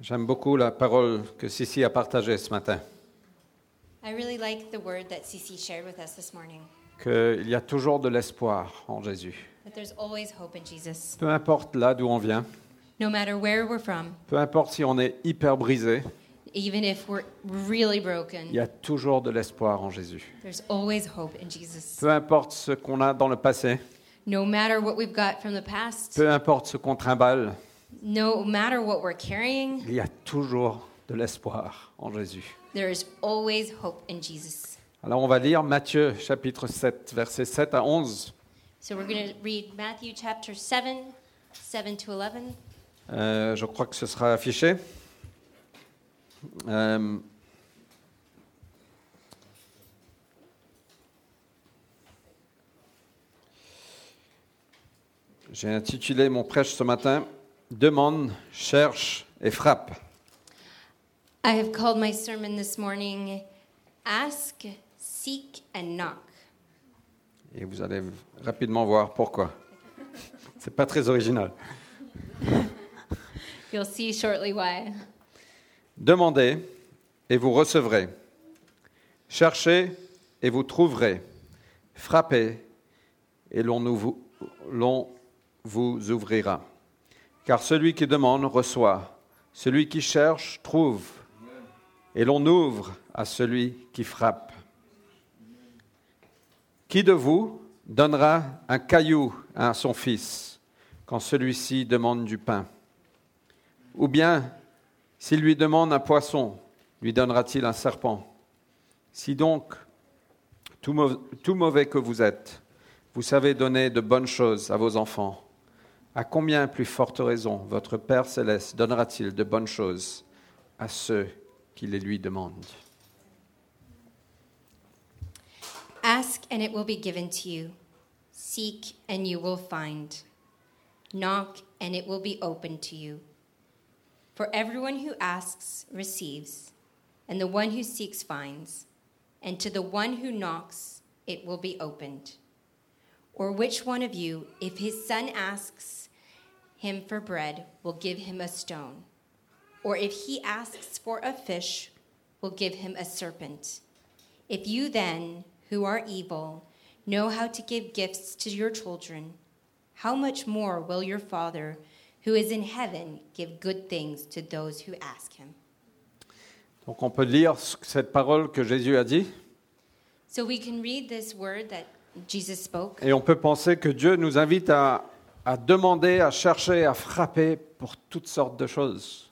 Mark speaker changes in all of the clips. Speaker 1: J'aime beaucoup la parole que Sissi a partagée ce matin,
Speaker 2: I really like the word that Cece shared with us this morning
Speaker 1: qu'il y a toujours de l'espoir en Jésus.
Speaker 2: that there's always hope in Jesus.
Speaker 1: Peu importe là d'où on vient,
Speaker 2: No matter where we're from,
Speaker 1: peu importe si on est hyper brisé,
Speaker 2: even if we're really broken,
Speaker 1: il y a toujours de l'espoir en Jésus.
Speaker 2: there's always hope in Jesus.
Speaker 1: Peu importe ce qu'on a dans le passé,
Speaker 2: No matter what we've got from the past,
Speaker 1: peu importe ce qu'on trimballe,
Speaker 2: no matter what we're carrying,
Speaker 1: il y a toujours de l'espoir en Jésus.
Speaker 2: there is always hope in Jesus.
Speaker 1: Alors on va lire Matthieu chapitre 7, versets 7 à 11.
Speaker 2: So we're going to read Matthew chapter 7, 7 to 11.
Speaker 1: Euh, je crois que ce sera affiché. Euh, J'ai intitulé mon prêche ce matin Demande, cherche et frappe.
Speaker 2: I have called my sermon this morning Ask, Seek, and Knock.
Speaker 1: Et vous allez rapidement voir pourquoi. C'est pas très original.
Speaker 2: You'll see shortly why.
Speaker 1: Demandez et vous recevrez. Cherchez et vous trouverez. Frappez et l'on vous, l'on vous ouvrira. Car celui qui demande reçoit. Celui qui cherche trouve. Et l'on ouvre à celui qui frappe. Qui de vous donnera un caillou à son fils quand celui-ci demande du pain Ou bien s'il lui demande un poisson, lui donnera-t-il un serpent Si donc, tout, mau- tout mauvais que vous êtes, vous savez donner de bonnes choses à vos enfants, à combien plus forte raison votre Père céleste donnera-t-il de bonnes choses à ceux qui les lui demandent
Speaker 2: Ask, and it will be given to you. Seek, and you will find. Knock, and it will be opened to you. For everyone who asks receives, and the one who seeks finds, and to the one who knocks it will be opened. Or which one of you, if his son asks him for bread, will give him a stone? Or if he asks for a fish, will give him a serpent? If you then, who are evil, know how to give gifts to your children, how much more will your Father, who is in heaven, give good things to those who ask him?
Speaker 1: Donc on peut lire ce- cette parole que Jésus a dit
Speaker 2: So we can read this word that Jesus spoke,
Speaker 1: et on peut penser que Dieu nous invite à, à demander, à chercher, à frapper pour toutes sortes de choses.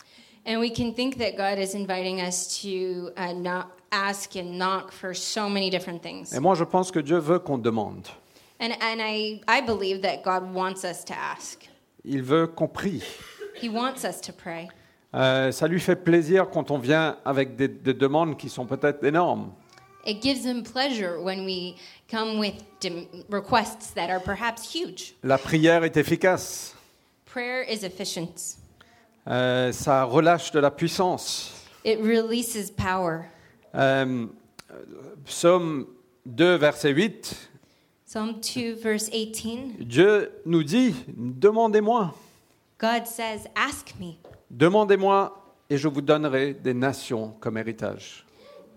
Speaker 2: and we can think that God is inviting us to uh, not ask and knock for so many different things.
Speaker 1: Et moi je pense que Dieu veut qu'on demande.
Speaker 2: And, and I, I believe that God wants us to ask,
Speaker 1: Il veut qu'on prie.
Speaker 2: He wants us to pray.
Speaker 1: Euh, ça lui fait plaisir quand on vient avec des, des demandes qui sont peut-être énormes.
Speaker 2: It gives him pleasure when we come with dem- requests that are perhaps huge.
Speaker 1: La prière est efficace.
Speaker 2: Prayer is efficient,
Speaker 1: Euh, ça relâche de la puissance.
Speaker 2: it releases power.
Speaker 1: Euh, Psaume 2, verset 8,
Speaker 2: Psalm 2, verse 18
Speaker 1: Dieu nous dit, demandez-moi,
Speaker 2: God says, Ask me.
Speaker 1: demandez-moi, et je vous donnerai des nations comme héritage.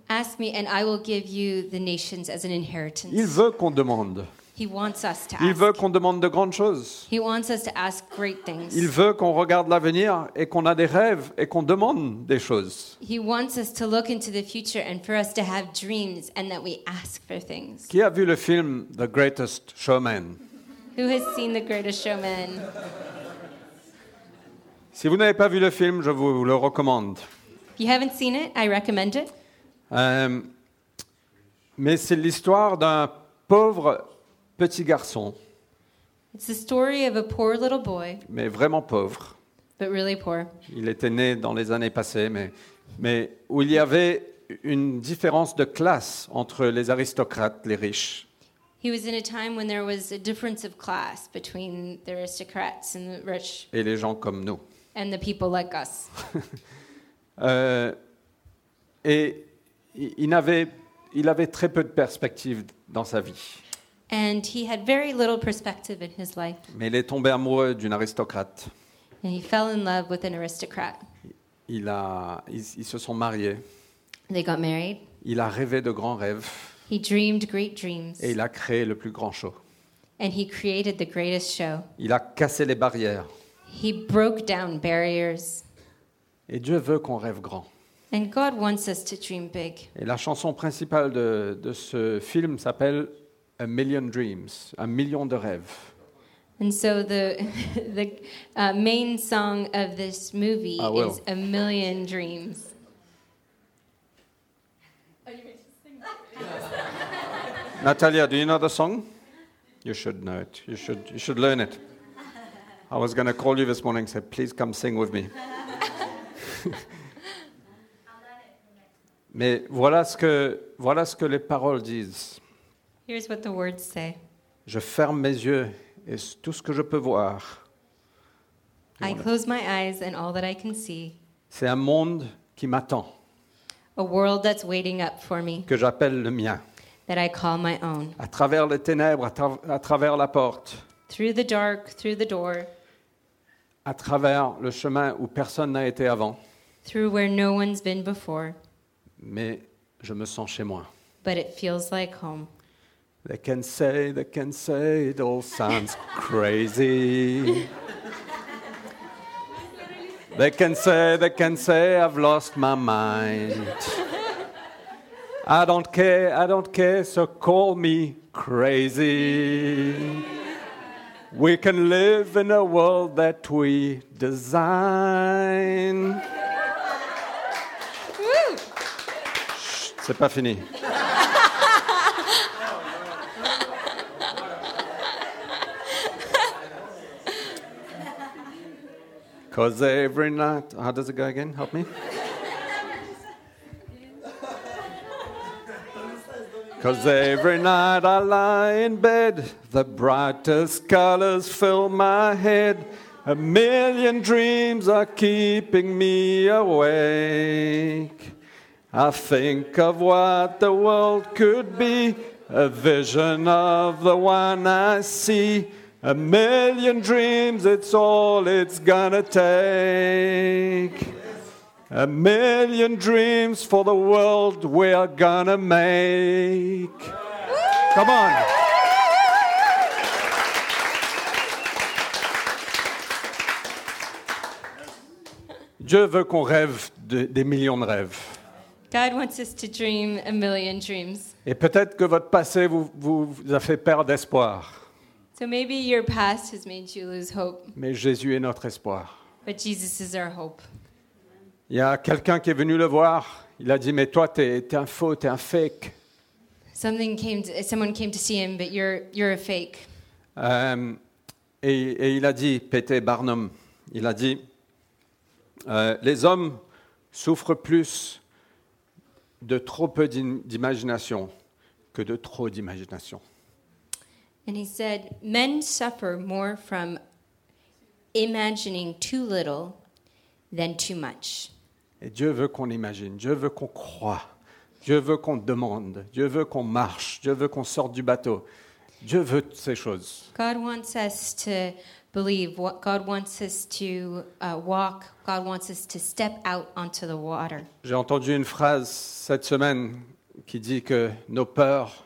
Speaker 2: Ask me, and I will give you the nations as an
Speaker 1: Il
Speaker 2: inheritance.
Speaker 1: veut qu'on demande.
Speaker 2: He wants us to
Speaker 1: Il veut
Speaker 2: ask.
Speaker 1: qu'on demande de grandes choses.
Speaker 2: He wants us to ask great things.
Speaker 1: Il veut qu'on regarde l'avenir et qu'on a des rêves et qu'on demande des choses.
Speaker 2: He wants us to look into the future and for us to have dreams and that we ask for things.
Speaker 1: Qui a vu le film The Greatest Showman
Speaker 2: Who has seen The Greatest Showman?
Speaker 1: Si vous n'avez pas vu le film, je vous le recommande.
Speaker 2: If you haven't seen it, I recommend it.
Speaker 1: Euh, mais c'est l'histoire d'un pauvre petit garçon,
Speaker 2: It's the story of a poor little boy,
Speaker 1: mais vraiment pauvre.
Speaker 2: but really poor,
Speaker 1: Il était né dans les années passées, mais, mais où il y avait une différence de classe entre les aristocrates, les riches.
Speaker 2: He was in a time when there was a difference of class between the aristocrats and the rich
Speaker 1: Et les gens comme nous.
Speaker 2: and the people like us.
Speaker 1: Euh, et il il n'avait- il avait très peu de perspectives dans sa vie.
Speaker 2: And he had very little perspective in his life,
Speaker 1: Mais il est tombé amoureux d'une aristocrate.
Speaker 2: and he fell in love with an aristocrat.
Speaker 1: il a, ils, ils se sont mariés,
Speaker 2: They got married.
Speaker 1: il a rêvé de grands rêves
Speaker 2: He dreamed great dreams.
Speaker 1: et il a créé le plus grand show.
Speaker 2: And he created the greatest show.
Speaker 1: Il a cassé les barrières.
Speaker 2: He broke down barriers.
Speaker 1: Et Dieu veut qu'on rêve grand.
Speaker 2: And God wants us to dream big.
Speaker 1: Et la chanson principale de, de ce film s'appelle A Million Dreams, un million de rêves.
Speaker 2: And so the, the uh, main song of this movie
Speaker 1: I will.
Speaker 2: is A Million Dreams.
Speaker 1: Natalia, do you know the song? You should know it. You should, you should learn it. I was going to call you this morning and say, please come sing with me. Mais voilà ce, que, voilà ce que les paroles disent.
Speaker 2: Here's what the words say
Speaker 1: Je ferme mes yeux et s- tout ce que je peux voir, You
Speaker 2: I
Speaker 1: wanna-
Speaker 2: close my eyes, and all that I can see,
Speaker 1: c'est un monde qui m'attend,
Speaker 2: a world that's waiting up for me,
Speaker 1: que j'appelle le mien.
Speaker 2: that I call my own.
Speaker 1: À travers les ténèbres, à, tra- à travers la porte,
Speaker 2: Through the dark, through the door,
Speaker 1: à travers le chemin où personne n'a été avant,
Speaker 2: through where no one's been before,
Speaker 1: mais je me sens chez moi.
Speaker 2: but it feels like home.
Speaker 1: They can say, they can say, it all sounds crazy. They can say, they can say, I've lost my mind. I don't care, I don't care, so call me crazy. We can live in a world that we design. Chut, C'est pas fini. Cause every night, how does it go again? Help me. Cause every night I lie in bed, the brightest colors fill my head. A million dreams are keeping me awake. I think of what the world could be, a vision of the one I see. A million dreams, it's all it's gonna take. A million dreams for the world we're gonna make. Come on. Dieu veut qu'on rêve de- des millions de rêves.
Speaker 2: God wants us to dream a million dreams.
Speaker 1: Et peut-être que votre passé vous, vous- vous a fait perdre d'espoir.
Speaker 2: So maybe your past has made you lose hope,
Speaker 1: Mais Jésus est notre espoir.
Speaker 2: but Jesus is our hope.
Speaker 1: Il y a quelqu'un qui est venu le voir. Il a dit, mais toi, t'es t'es un faux, t'es un fake.
Speaker 2: Something came to, someone came to see him, but you're, you're a fake.
Speaker 1: Euh, et, et il a dit, P.T. Barnum, il a dit, euh, les hommes souffrent plus de trop peu d'im- d'imagination que de trop d'imagination.
Speaker 2: And he said, Men suffer more from imagining too little than too much.
Speaker 1: Et Dieu veut qu'on imagine, Dieu veut qu'on croit, Dieu veut qu'on demande, Dieu veut qu'on marche, Dieu veut qu'on sorte du bateau. Dieu veut ces choses.
Speaker 2: God wants us to believe, what God wants us to uh, walk, God wants us to step out onto the water.
Speaker 1: J'ai entendu une phrase cette semaine qui dit que nos peurs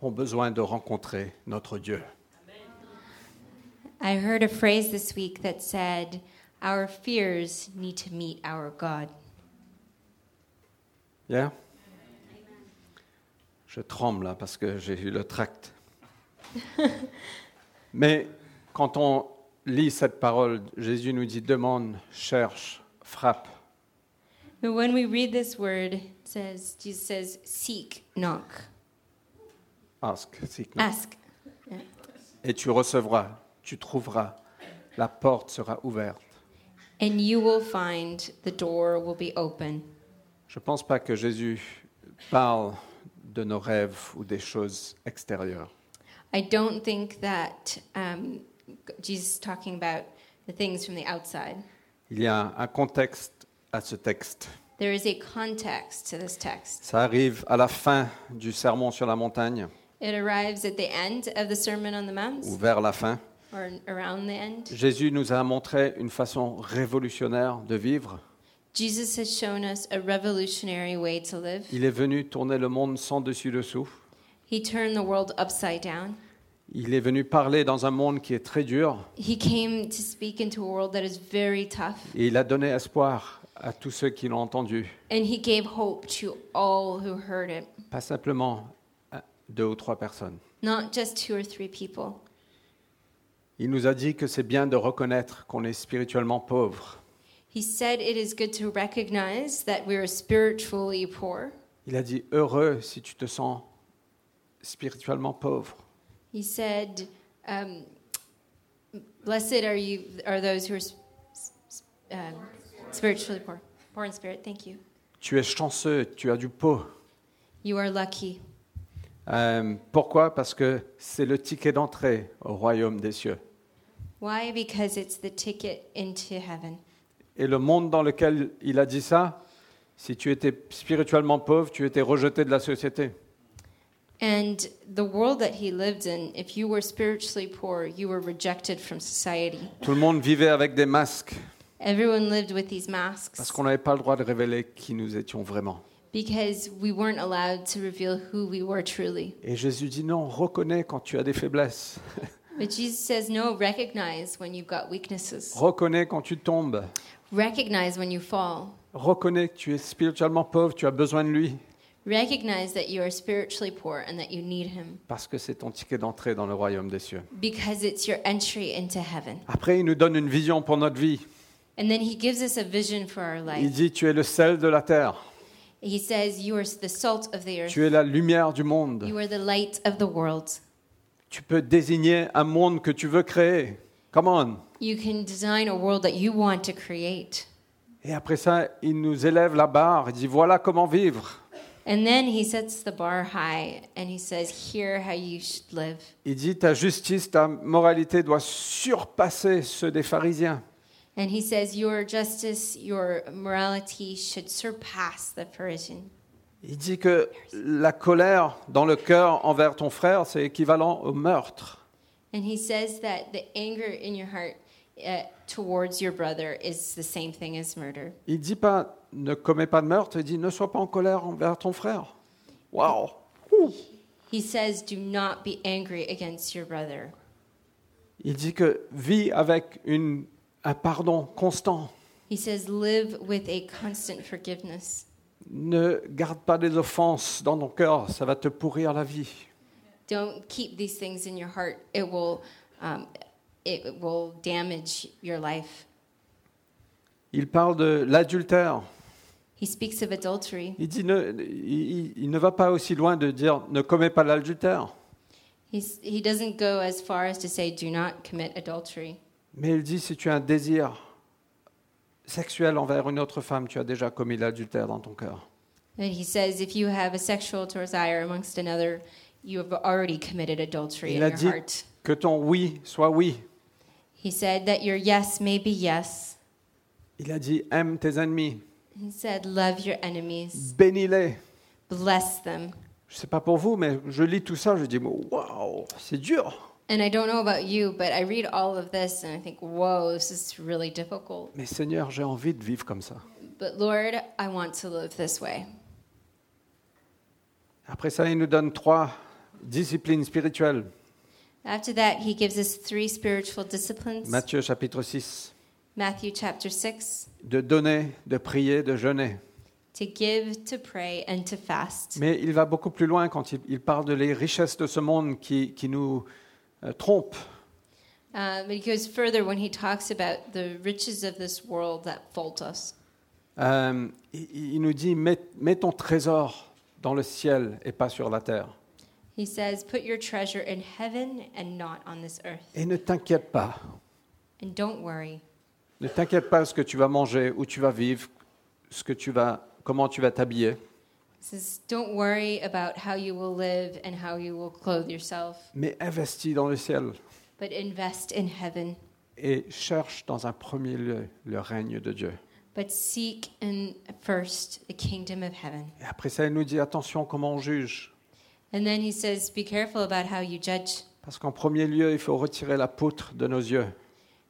Speaker 1: ont besoin de rencontrer notre Dieu.
Speaker 2: I heard a phrase this week that said, Our fears need to meet our God.
Speaker 1: Yeah? Je tremble là parce que j'ai eu le tract. Mais quand on lit cette parole, Jésus nous dit demande, cherche, frappe.
Speaker 2: But when we read this word, it says, Jesus says, Seek, knock,
Speaker 1: Ask, seek, knock.
Speaker 2: ask,
Speaker 1: Et tu recevras, tu trouveras, la porte sera ouverte.
Speaker 2: and you will find the door will be open.
Speaker 1: Je ne pense pas que Jésus parle de nos rêves ou des choses extérieures.
Speaker 2: I don't think that um, Jesus is talking about the things from the outside.
Speaker 1: Il y a un contexte à ce texte.
Speaker 2: There is a context to this text.
Speaker 1: Ça arrive à la fin du sermon sur la montagne,
Speaker 2: It arrives at the end of the Sermon on the Mount,
Speaker 1: ou vers la fin.
Speaker 2: or around the end.
Speaker 1: Jésus nous a montré une façon révolutionnaire de vivre
Speaker 2: Jesus has shown us a revolutionary way to live.
Speaker 1: Il est venu tourner le monde sans dessus-dessous.
Speaker 2: He turned the world upside down.
Speaker 1: Il est venu parler dans un monde qui est très dur
Speaker 2: He came to speak into a world that is very tough,
Speaker 1: et il a donné espoir à tous ceux qui l'ont entendu.
Speaker 2: and he gave hope to all who heard it,
Speaker 1: Pas simplement un, deux ou trois personnes.
Speaker 2: not just two or three people.
Speaker 1: Il nous a dit que c'est bien de reconnaître qu'on est spirituellement pauvre.
Speaker 2: He said it is good to recognize that we are spiritually poor.
Speaker 1: Il a dit heureux si tu te sens spirituellement pauvre.
Speaker 2: He said, um, "Blessed are you are those who are s- s- um, spiritually poor, poor in spirit." Thank you.
Speaker 1: Tu es chanceux, tu as du pot.
Speaker 2: You are lucky
Speaker 1: Euh, pourquoi Parce que c'est le ticket d'entrée au royaume des cieux.
Speaker 2: Why? Because it's the ticket into heaven.
Speaker 1: Et le monde dans lequel il a dit ça, si tu étais spirituellement pauvre, tu étais rejeté de la société.
Speaker 2: And the world that he lived in, if you were spiritually poor, you were rejected from society.
Speaker 1: Tout le monde vivait avec des masques
Speaker 2: Everyone lived with these
Speaker 1: parce
Speaker 2: masks
Speaker 1: qu'on n'avait pas le droit de révéler qui nous étions vraiment.
Speaker 2: because we weren't allowed to reveal who we were truly.
Speaker 1: Et Jésus dit non, reconnais quand tu as des faiblesses,
Speaker 2: But Jesus says, no, recognize when you've got weaknesses,
Speaker 1: reconnais quand tu tombes,
Speaker 2: recognize when you fall,
Speaker 1: reconnais que tu es spirituellement pauvre, tu as besoin de lui
Speaker 2: recognize that you are spiritually poor and that you need him
Speaker 1: parce que c'est ton ticket d'entrée dans le royaume des cieux.
Speaker 2: because it's your entry into heaven.
Speaker 1: Après, il nous donne une vision pour notre vie.
Speaker 2: And then he gives us a vision for our
Speaker 1: Il
Speaker 2: life.
Speaker 1: dit tu es le sel de la terre,
Speaker 2: He says, You are the salt of the earth.
Speaker 1: tu es la lumière du monde.
Speaker 2: You are the light of the world.
Speaker 1: Tu peux désigner un monde que tu veux créer. Come on.
Speaker 2: You can design a world that you want to create.
Speaker 1: Et après ça, il nous élève la barre, il dit voilà comment vivre.
Speaker 2: And then he sets the bar high and he says, Here how you should live.
Speaker 1: Il dit ta justice, ta moralité doit surpasser ceux des pharisiens.
Speaker 2: And he says, Your justice, your morality should surpass the Pharisee.
Speaker 1: Il dit que la colère dans le cœur envers ton frère, c'est équivalent au meurtre.
Speaker 2: And he says that the anger in your heart uh, towards your brother is the same thing as murder.
Speaker 1: Il dit pas ne commets pas de meurtre, il dit ne sois pas en colère envers ton frère. Waouh. Ouh.
Speaker 2: He says, Do not be angry against your brother.
Speaker 1: Il dit que vis avec une- un pardon constant.
Speaker 2: He says, Live with a constant forgiveness.
Speaker 1: Ne garde pas des offenses dans ton cœur, ça va te pourrir la vie.
Speaker 2: don't keep these things in your heart it will um, it will damage your life
Speaker 1: Il parle de l'adultère.
Speaker 2: he speaks of adultery
Speaker 1: Il, dit ne, il, il- il ne va pas aussi loin de dire ne commets pas l'adultère,
Speaker 2: He's, he doesn't go as far as to say do not commit adultery
Speaker 1: mais il dit si tu as un désir sexuel envers une autre femme, tu as déjà commis l'adultère dans ton cœur.
Speaker 2: and he says if you have a sexual desire amongst another you have already committed adultery
Speaker 1: Il a
Speaker 2: in
Speaker 1: dit
Speaker 2: your heart
Speaker 1: que ton oui soit oui.
Speaker 2: he said that your yes may be yes
Speaker 1: Il a dit aime tes ennemis,
Speaker 2: he said love your enemies
Speaker 1: bénis-les.
Speaker 2: bless them
Speaker 1: Je sais pas pour vous, mais je lis tout ça, je dis waouh, c'est dur,
Speaker 2: and i don't know about you but i read all of this and i think whoa this is really difficult
Speaker 1: mais Seigneur, j'ai envie de vivre comme ça.
Speaker 2: but lord i want to live this way
Speaker 1: Après ça, il nous donne trois disciplines spirituelles.
Speaker 2: After that, he gives us three spiritual disciplines
Speaker 1: Matthieu chapitre 6.
Speaker 2: Matthew chapter 6
Speaker 1: De donner, de prier, de jeûner.
Speaker 2: to give, to pray, and to fast.
Speaker 1: Mais il va beaucoup plus loin quand il, il parle de les richesses de ce monde qui, qui nous euh, trompent.
Speaker 2: Uh, but he goes further when he talks about the riches of this world that fault us.
Speaker 1: Euh, il, il nous dit mets, mets ton trésor dans le ciel et pas sur la terre.
Speaker 2: He says, Put your treasure in heaven and not on this earth.
Speaker 1: Et ne t'inquiète pas.
Speaker 2: And don't worry.
Speaker 1: Ne t'inquiète pas ce que tu vas manger, où tu vas vivre, ce que tu vas, comment tu vas t'habiller.
Speaker 2: He says, Don't worry about how you will live and how you will clothe yourself,
Speaker 1: Mais investis dans le ciel
Speaker 2: but invest in heaven.
Speaker 1: et cherche dans un premier lieu le règne de Dieu.
Speaker 2: But seek in first the kingdom of heaven.
Speaker 1: Et après ça, il nous dit attention comment on juge.
Speaker 2: And then he says, Be careful about how you judge.
Speaker 1: Parce qu'en premier lieu, il faut retirer la poutre de nos yeux.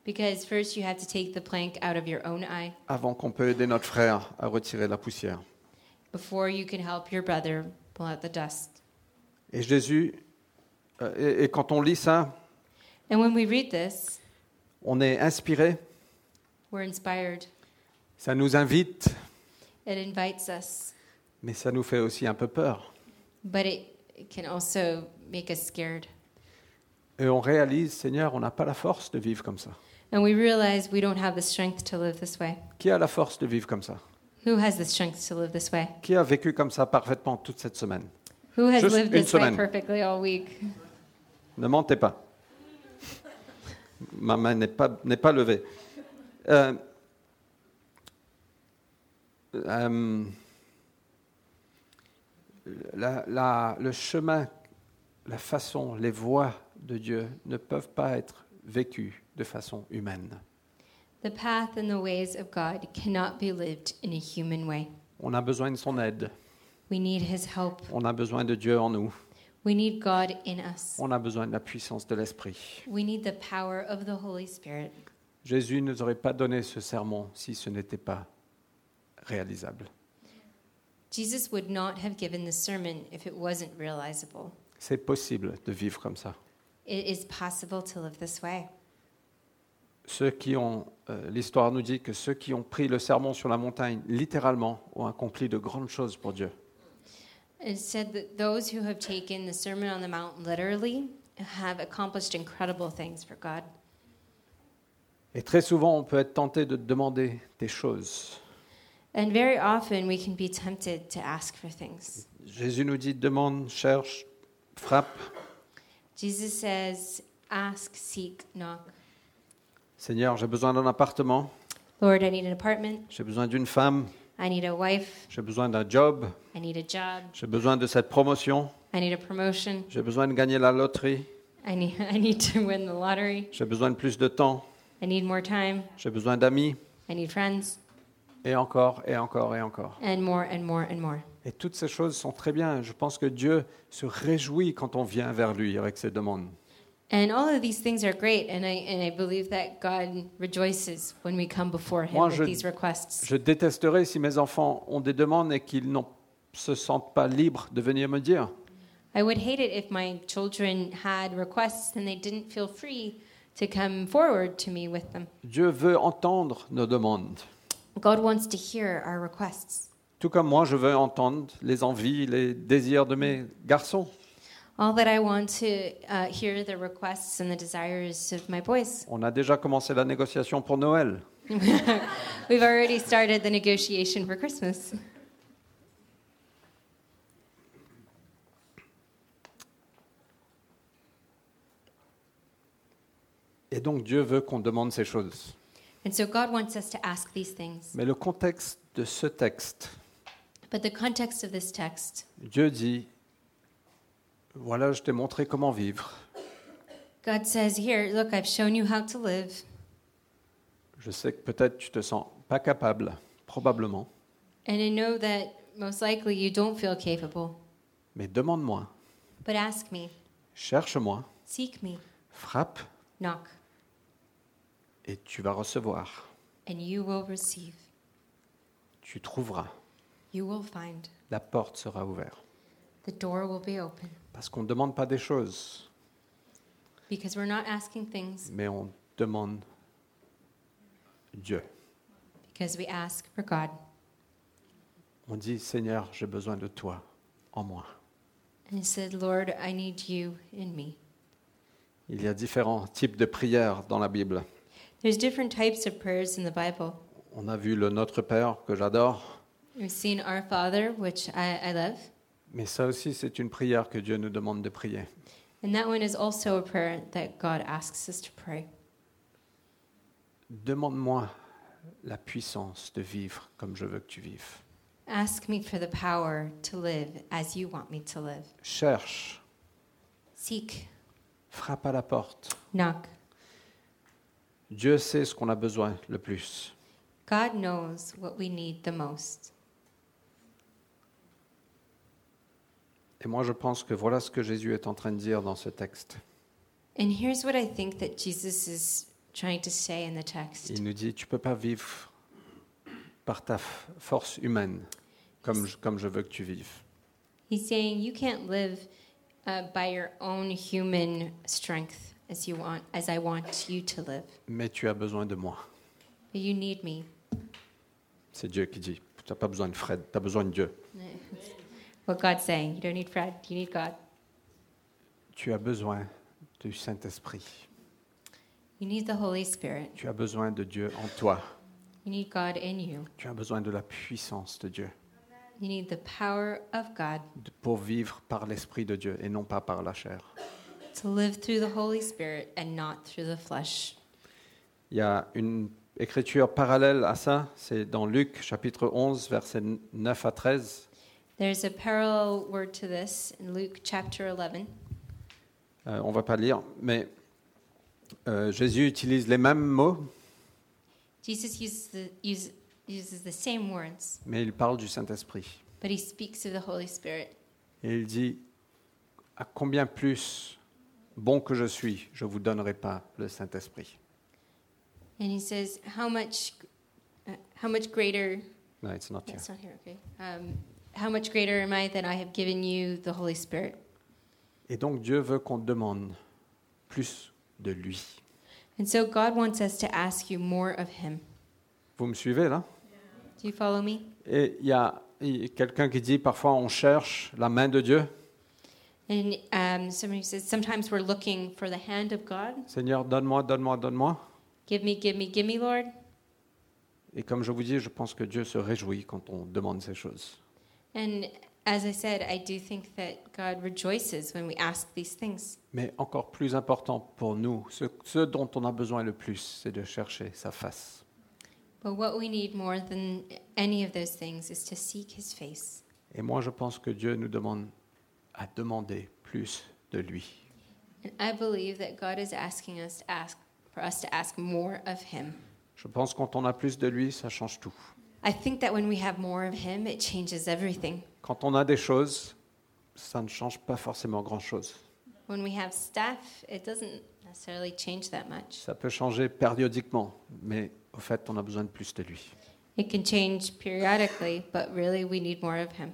Speaker 2: Because first you have to take the plank out of your own eye
Speaker 1: avant qu'on peut aider notre frère à retirer la poussière.
Speaker 2: before you can help your brother pull out the dust.
Speaker 1: Et Jésus, euh, et, et quand on lit ça,
Speaker 2: And when we read this,
Speaker 1: on est inspiré,
Speaker 2: we're inspired.
Speaker 1: ça nous invite,
Speaker 2: It invites us,
Speaker 1: mais ça nous fait aussi un peu peur.
Speaker 2: but it it can also make us scared.
Speaker 1: Et on réalise, Seigneur, on n'a pas la force de vivre comme ça.
Speaker 2: And we realize we don't have the strength to live this way.
Speaker 1: Qui a la force de vivre comme ça
Speaker 2: Who has the strength to live this way?
Speaker 1: Qui a vécu comme ça parfaitement toute cette semaine
Speaker 2: Who has
Speaker 1: Just
Speaker 2: lived
Speaker 1: une
Speaker 2: this way
Speaker 1: semaine.
Speaker 2: perfectly all week?
Speaker 1: Ne mentez pas. Ma main n'est pas, n'est pas levée. Euh, euh, la- la- le chemin, la façon, les voies de Dieu ne peuvent pas être vécues de façon humaine.
Speaker 2: The path and the ways of God cannot be lived in a human way.
Speaker 1: On a besoin de son aide.
Speaker 2: We need His help.
Speaker 1: On a besoin de Dieu en nous.
Speaker 2: We need God in us.
Speaker 1: On a besoin de la puissance de l'Esprit.
Speaker 2: We need the power of the Holy Spirit.
Speaker 1: Jésus ne nous aurait pas donné ce sermon si ce n'était pas réalisable.
Speaker 2: Jesus would not have given the sermon if it wasn't realizable.
Speaker 1: C'est possible de vivre comme ça.
Speaker 2: It is possible to live this way.
Speaker 1: Ceux qui ont, euh, l'histoire nous dit que ceux qui ont pris le sermon sur la montagne, littéralement, ont accompli de grandes choses pour Dieu.
Speaker 2: It said that those who have taken the Sermon on the Mount literally have accomplished incredible things for God.
Speaker 1: Et très souvent, on peut être tenté de demander des choses.
Speaker 2: And very often we can be tempted to ask for things.
Speaker 1: Jésus nous dit demande, cherche, frappe.
Speaker 2: Jesus says, Ask, seek, knock.
Speaker 1: Seigneur, j'ai besoin d'un appartement,
Speaker 2: Lord, I need an apartment.
Speaker 1: j'ai besoin d'une femme,
Speaker 2: I need a wife.
Speaker 1: j'ai besoin d'un job,
Speaker 2: I need a job.
Speaker 1: j'ai besoin de cette promotion,
Speaker 2: I need a promotion.
Speaker 1: j'ai besoin de gagner la loterie,
Speaker 2: I need, I need to win the lottery.
Speaker 1: j'ai besoin de plus de temps,
Speaker 2: I need more time.
Speaker 1: j'ai besoin d'amis,
Speaker 2: I need friends.
Speaker 1: et encore, et encore, et encore.
Speaker 2: And more and more and more.
Speaker 1: Et toutes ces choses sont très bien. Je pense que Dieu se réjouit quand on vient vers lui avec ses demandes.
Speaker 2: And all of these things are great, and I, and I believe that God rejoices when we come before Him
Speaker 1: Moi,
Speaker 2: with
Speaker 1: je-
Speaker 2: these requests.
Speaker 1: Je détesterais si mes enfants ont des demandes et qu'ils ne se sentent pas libres de venir me dire.
Speaker 2: I would hate it if my children had requests and they didn't feel free to come forward to me with them.
Speaker 1: Dieu veut entendre nos demandes.
Speaker 2: God wants to hear our requests.
Speaker 1: Tout comme moi, je veux entendre les envies, les désirs de mes garçons.
Speaker 2: All that I want to uh, hear the requests and the desires of my boys.
Speaker 1: On a déjà commencé la négociation pour Noël.
Speaker 2: We've already started the negotiation for Christmas.
Speaker 1: Et donc Dieu veut qu'on demande ces choses.
Speaker 2: And so God wants us to ask these things.
Speaker 1: Mais le contexte de ce texte,
Speaker 2: But the context of this text,
Speaker 1: Dieu dit, voilà, je t'ai montré comment vivre.
Speaker 2: God says, Here, look, I've shown you how to live.
Speaker 1: Je sais que peut-être tu te sens pas capable, probablement,
Speaker 2: And I know that most likely you don't feel capable,
Speaker 1: mais demande-moi,
Speaker 2: but ask me,
Speaker 1: cherche-moi,
Speaker 2: seek me,
Speaker 1: frappe
Speaker 2: knock,
Speaker 1: et tu vas recevoir,
Speaker 2: and you will receive.
Speaker 1: tu trouveras,
Speaker 2: You will find.
Speaker 1: la porte sera ouverte.
Speaker 2: The door will be open.
Speaker 1: Parce qu'on ne demande pas des choses,
Speaker 2: Because we're not asking things,
Speaker 1: mais on demande Dieu.
Speaker 2: because we ask for God.
Speaker 1: On dit Seigneur, j'ai besoin de toi en moi.
Speaker 2: And he said, Lord, I need you in me.
Speaker 1: Il y a différents types de prières dans la Bible.
Speaker 2: There's different types of prayers in the Bible.
Speaker 1: On a vu le Notre Père que j'adore,
Speaker 2: We've seen Our Father, which I, I love,
Speaker 1: mais ça aussi c'est une prière que Dieu nous demande de prier.
Speaker 2: and that one is also a prayer that God asks us to pray.
Speaker 1: Demande-moi la puissance de vivre comme je veux que tu vives.
Speaker 2: Ask me for the power to live as you want me to live.
Speaker 1: Cherche,
Speaker 2: Seek,
Speaker 1: frappe à la porte.
Speaker 2: knock.
Speaker 1: Dieu sait ce qu'on a besoin le plus.
Speaker 2: God knows what we need the most.
Speaker 1: Et moi, je pense que voilà ce que Jésus est en train de dire dans ce texte.
Speaker 2: And here's what I think that Jesus is trying to say in the text.
Speaker 1: Il nous dit, tu peux pas vivre par ta f- force humaine comme je, comme je veux que tu vives.
Speaker 2: He's saying you can't live uh, by your own human strength as you want, as I want you to live.
Speaker 1: Mais tu as besoin de moi.
Speaker 2: But you need me.
Speaker 1: C'est Dieu qui dit. Tu n'as pas besoin de Fred, tu as besoin de Dieu.
Speaker 2: What God's saying. You don't need Fred. You need God.
Speaker 1: Tu as besoin du Saint-Esprit.
Speaker 2: You need the Holy Spirit.
Speaker 1: Tu as besoin de Dieu en toi.
Speaker 2: You need God in you.
Speaker 1: Tu as besoin de la puissance de Dieu
Speaker 2: You need the power of God
Speaker 1: de- pour vivre par l'Esprit de Dieu et non pas par la chair.
Speaker 2: to live through the Holy Spirit and not through the flesh.
Speaker 1: Il y a une écriture parallèle à ça, c'est dans Luc chapitre 11, versets 9 à 13.
Speaker 2: There's a parallel word to this in Luke chapter 11.
Speaker 1: Euh, on ne va pas lire, mais euh, Jésus utilise les mêmes mots,
Speaker 2: Jesus uses the, use, uses the same words,
Speaker 1: mais il parle du Saint-Esprit.
Speaker 2: but he speaks of the Holy Spirit.
Speaker 1: Et il dit, à combien plus bon que je suis, je ne vous donnerai pas le Saint-Esprit.
Speaker 2: And he says, How much, uh, how much greater
Speaker 1: Non, it's not here.
Speaker 2: It's not here, okay. Um, how much greater am I that I have given you the Holy Spirit?
Speaker 1: Et donc Dieu veut qu'on demande plus de lui.
Speaker 2: And so God wants us to ask you more of Him.
Speaker 1: Vous me suivez là
Speaker 2: Do you follow me?
Speaker 1: Et il y a il y a quelqu'un qui dit, parfois on cherche la main de Dieu.
Speaker 2: And um, somebody says, sometimes we're looking for the hand of God.
Speaker 1: Seigneur, donne-moi, donne-moi, donne-moi.
Speaker 2: Give me, give me, give me, Lord.
Speaker 1: Et comme je vous dis, je pense que Dieu se réjouit quand on demande ces choses.
Speaker 2: And as I said, I do think that God rejoices when we ask these things.
Speaker 1: Mais encore plus important pour nous, ce, ce dont on a besoin le plus, c'est de chercher sa face.
Speaker 2: But what we need more than any of those things is to seek His face.
Speaker 1: Et moi, je pense que Dieu nous demande à demander plus de lui.
Speaker 2: And I believe that God is asking us to ask for us to ask more of Him.
Speaker 1: Je pense quand on a plus de lui, ça change tout.
Speaker 2: I think that when we have more of Him, it changes everything.
Speaker 1: Quand on a des choses, ça ne change pas forcément grand-chose.
Speaker 2: When we have stuff, it doesn't necessarily change that much.
Speaker 1: Ça peut changer périodiquement, mais au fait, on a besoin de plus de lui.
Speaker 2: It can change periodically, but really we need more of Him.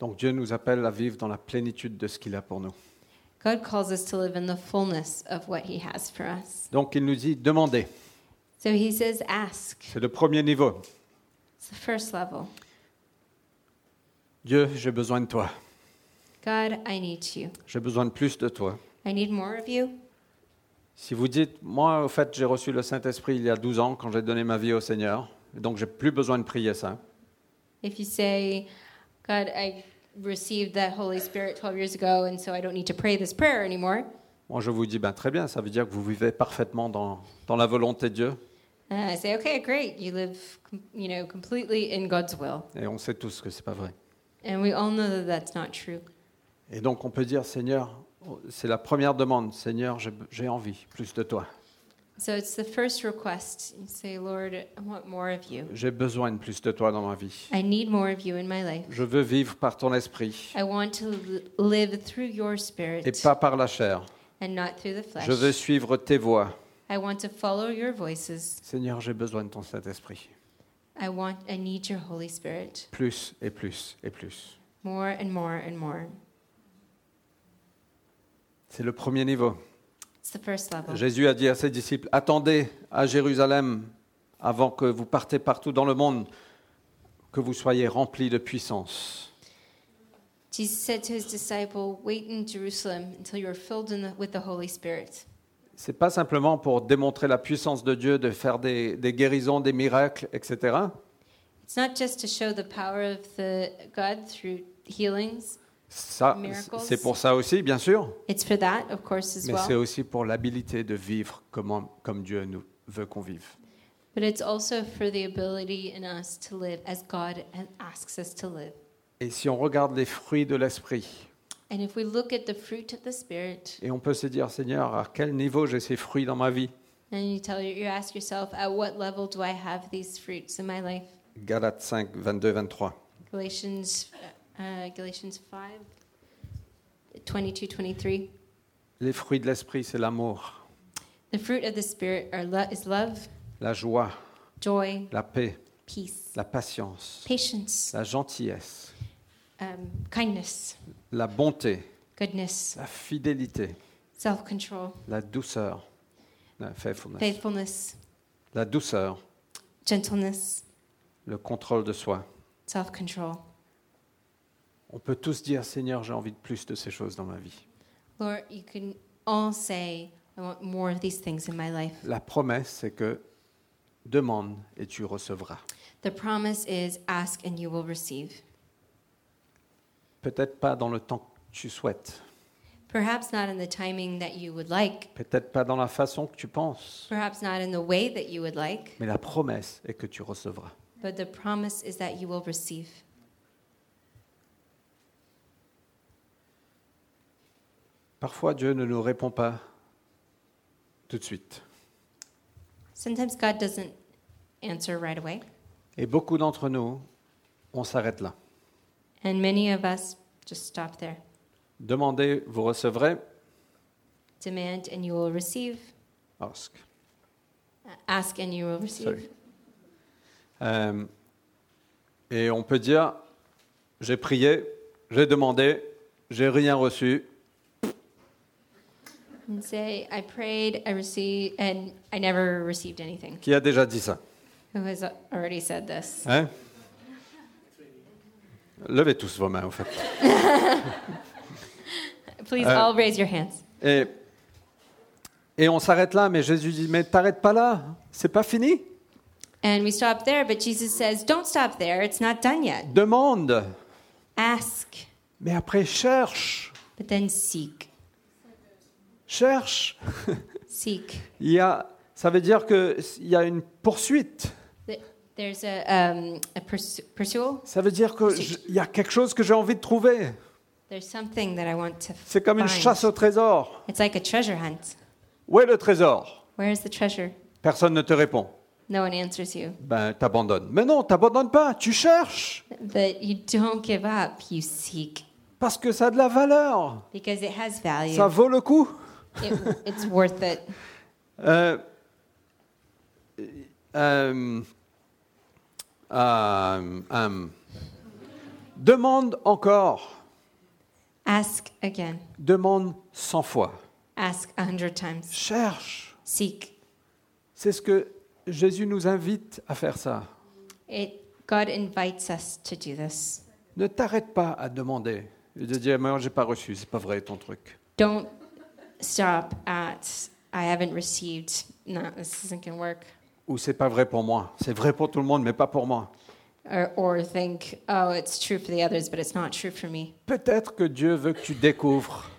Speaker 1: Donc Dieu nous appelle à vivre dans la plénitude de ce qu'il a pour nous.
Speaker 2: God calls us to live in the fullness of what He has for us.
Speaker 1: Donc il nous dit, demandez.
Speaker 2: So He says, ask.
Speaker 1: C'est le premier niveau.
Speaker 2: It's the first level.
Speaker 1: Dieu, j'ai besoin de toi.
Speaker 2: God, I need you.
Speaker 1: J'ai besoin de plus de toi.
Speaker 2: I need more of you.
Speaker 1: Si vous dites, moi, au fait, j'ai reçu le Saint-Esprit il y a 12 ans quand j'ai donné ma vie au Seigneur, donc j'ai plus besoin de prier ça.
Speaker 2: If you say, God, I received that Holy Spirit 12 years ago, and so I don't need to pray this prayer anymore,
Speaker 1: Moi, je vous dis, ben, très bien, ça veut dire que vous vivez parfaitement dans, dans la volonté de Dieu.
Speaker 2: and I say, okay, great. You live, com- you know, completely in God's will.
Speaker 1: Et on sait tous que c'est pas vrai.
Speaker 2: And we all know that that's not true.
Speaker 1: Et donc, on peut dire, Seigneur, c'est la première demande. Seigneur, j'ai- j'ai envie, plus de toi.
Speaker 2: So it's the first request. You say, Lord, I want more of you.
Speaker 1: J'ai besoin de plus de toi dans ma vie.
Speaker 2: I need more of you in my life.
Speaker 1: Je veux vivre par ton esprit
Speaker 2: I want to l- live through your
Speaker 1: et
Speaker 2: spirit
Speaker 1: pas par la chair.
Speaker 2: and not through the flesh.
Speaker 1: Je veux suivre tes voies.
Speaker 2: I want to follow your voices.
Speaker 1: Seigneur, j'ai besoin de ton Saint-Esprit.
Speaker 2: I want I need your Holy Spirit
Speaker 1: Plus et plus et plus.
Speaker 2: more and more and more.
Speaker 1: C'est le premier niveau.
Speaker 2: It's the first level.
Speaker 1: Jésus a dit à ses disciples, attendez à Jérusalem avant que vous partez partout dans le monde, que vous soyez remplis de puissance.
Speaker 2: Jesus said to his disciple, "Wait in Jerusalem until you are filled in the, with the Holy Spirit."
Speaker 1: C'est pas simplement pour démontrer la puissance de Dieu, de faire des, des guérisons, des miracles, etc.
Speaker 2: It's not just to show the power of the God through healings.
Speaker 1: Ça,
Speaker 2: Miracles.
Speaker 1: c'est pour ça aussi, bien sûr,
Speaker 2: It's for that, of course, as
Speaker 1: mais
Speaker 2: well.
Speaker 1: c'est aussi pour l'habilité de vivre comme, comme Dieu nous veut qu'on vive.
Speaker 2: But it's also for the ability in us to live as God asks us to live.
Speaker 1: Et si on regarde les fruits de l'esprit,
Speaker 2: And if we look at the fruit of the Spirit,
Speaker 1: et on peut se dire, Seigneur, à quel niveau j'ai ces fruits dans ma vie
Speaker 2: and you tell you ask yourself, at what level do I have these fruits in my life?
Speaker 1: Galates 5, 22, 23.
Speaker 2: uh, Galatians, uh, Galatians 5, 22, 23.
Speaker 1: Les fruits de l'esprit, c'est l'amour,
Speaker 2: The fruit of the Spirit are lo- is love,
Speaker 1: la joie,
Speaker 2: joy,
Speaker 1: la paix,
Speaker 2: peace,
Speaker 1: la patience,
Speaker 2: patience,
Speaker 1: la gentillesse,
Speaker 2: um, kindness,
Speaker 1: la bonté,
Speaker 2: goodness,
Speaker 1: la fidélité,
Speaker 2: self control,
Speaker 1: la douceur, la faithfulness,
Speaker 2: faithfulness,
Speaker 1: la douceur,
Speaker 2: gentleness,
Speaker 1: le contrôle de soi.
Speaker 2: self control.
Speaker 1: On peut tous dire, Seigneur, j'ai envie de plus de ces choses dans ma vie.
Speaker 2: Lord, you can all say, I want more of these things in my life.
Speaker 1: La promesse, c'est que demande et tu recevras.
Speaker 2: The promise is ask and you will receive.
Speaker 1: Peut-être pas dans le temps que tu souhaites,
Speaker 2: Perhaps not in the timing that you would like,
Speaker 1: peut-être pas dans la façon que tu penses,
Speaker 2: perhaps not in the way that you would like,
Speaker 1: mais la promesse est que tu recevras.
Speaker 2: but the promise is that you will receive.
Speaker 1: Parfois, Dieu ne nous répond pas tout de suite.
Speaker 2: Sometimes God doesn't answer right away,
Speaker 1: Et beaucoup d'entre nous, on s'arrête là.
Speaker 2: and many of us just stop there.
Speaker 1: Demandez, vous recevrez.
Speaker 2: Demand and you will receive,
Speaker 1: Ask.
Speaker 2: ask and you will receive.
Speaker 1: Sorry. Euh, et on peut dire, j'ai prié, j'ai demandé, j'ai rien reçu.
Speaker 2: And say, I prayed, I received, and I never received anything.
Speaker 1: Qui a déjà dit ça
Speaker 2: Who has already said this?
Speaker 1: Hein Levez tous vos mains, en fait.
Speaker 2: Please
Speaker 1: Uh,
Speaker 2: all raise your hands.
Speaker 1: Et, et on s'arrête là, mais Jésus dit, mais t'arrêtes pas là, c'est pas fini.
Speaker 2: And we stop there, but Jesus says, Don't stop there. It's not done yet.
Speaker 1: Demande,
Speaker 2: Ask,
Speaker 1: mais après cherche,
Speaker 2: but then seek.
Speaker 1: cherche.
Speaker 2: Seek.
Speaker 1: Il y a, ça veut dire qu'il y a une poursuite.
Speaker 2: Th- There's a, um, a pursu- pursual.
Speaker 1: Ça veut dire
Speaker 2: Poursuite.
Speaker 1: qu'il y a quelque chose que j'ai envie de trouver.
Speaker 2: There's something that I want to
Speaker 1: C'est comme une
Speaker 2: find.
Speaker 1: chasse au trésor.
Speaker 2: It's like a treasure hunt.
Speaker 1: Où est le trésor
Speaker 2: Where is the treasure?
Speaker 1: Personne ne te répond.
Speaker 2: No one answers you.
Speaker 1: Ben, t'abandonnes. Mais non, t'abandonnes pas, tu cherches.
Speaker 2: But you don't give up. You seek
Speaker 1: Parce que ça a de la valeur.
Speaker 2: because it has value.
Speaker 1: Ça vaut le coup.
Speaker 2: It, it's worth it.
Speaker 1: Euh, euh, euh, euh, demande encore.
Speaker 2: Ask again.
Speaker 1: Demande 100 fois.
Speaker 2: Ask a hundred times.
Speaker 1: Cherche.
Speaker 2: Seek.
Speaker 1: C'est ce que Jésus nous invite à faire ça.
Speaker 2: It, God invites us to do this.
Speaker 1: Ne t'arrête pas à demander. Et de dire, mais moi, j'ai pas reçu, c'est pas vrai ton truc.
Speaker 2: don't stop at I haven't received. No, this isn't gonna work.
Speaker 1: Ou c'est pas vrai pour moi. C'est vrai pour tout le monde, mais pas pour moi.
Speaker 2: Or, or think, oh, it's true for the others, but it's not true for me.
Speaker 1: Peut-être que Dieu veut que tu découvres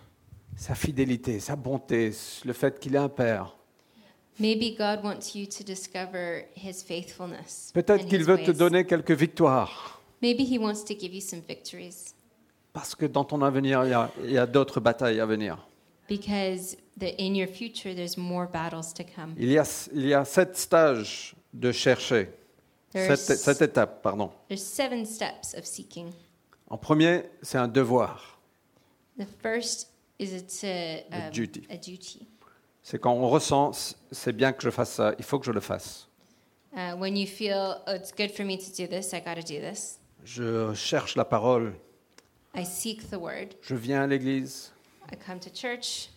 Speaker 1: sa fidélité, sa bonté, le fait qu'il est un père.
Speaker 2: Maybe God wants you to discover His faithfulness.
Speaker 1: Peut-être
Speaker 2: and
Speaker 1: qu'il
Speaker 2: his
Speaker 1: veut te
Speaker 2: ways.
Speaker 1: donner quelques victoires.
Speaker 2: Maybe He wants to give you some victories
Speaker 1: Parce que dans ton avenir, il y a, il y a d'autres batailles à venir.
Speaker 2: because the, in your future there's more battles to come.
Speaker 1: Il y a, il y a sept stages de chercher.
Speaker 2: There are
Speaker 1: Sept, sept étapes, pardon.
Speaker 2: There's seven steps of seeking.
Speaker 1: En premier, c'est un devoir.
Speaker 2: The first is it's a,
Speaker 1: A
Speaker 2: um,
Speaker 1: duty.
Speaker 2: A duty.
Speaker 1: C'est quand on ressent, c- c'est bien que je fasse ça, il faut que je le fasse.
Speaker 2: Uh, when you feel oh, it's good for me to do this, I got to do this.
Speaker 1: Je cherche la parole,
Speaker 2: I seek the word.
Speaker 1: je viens à l'église,
Speaker 2: I come to church.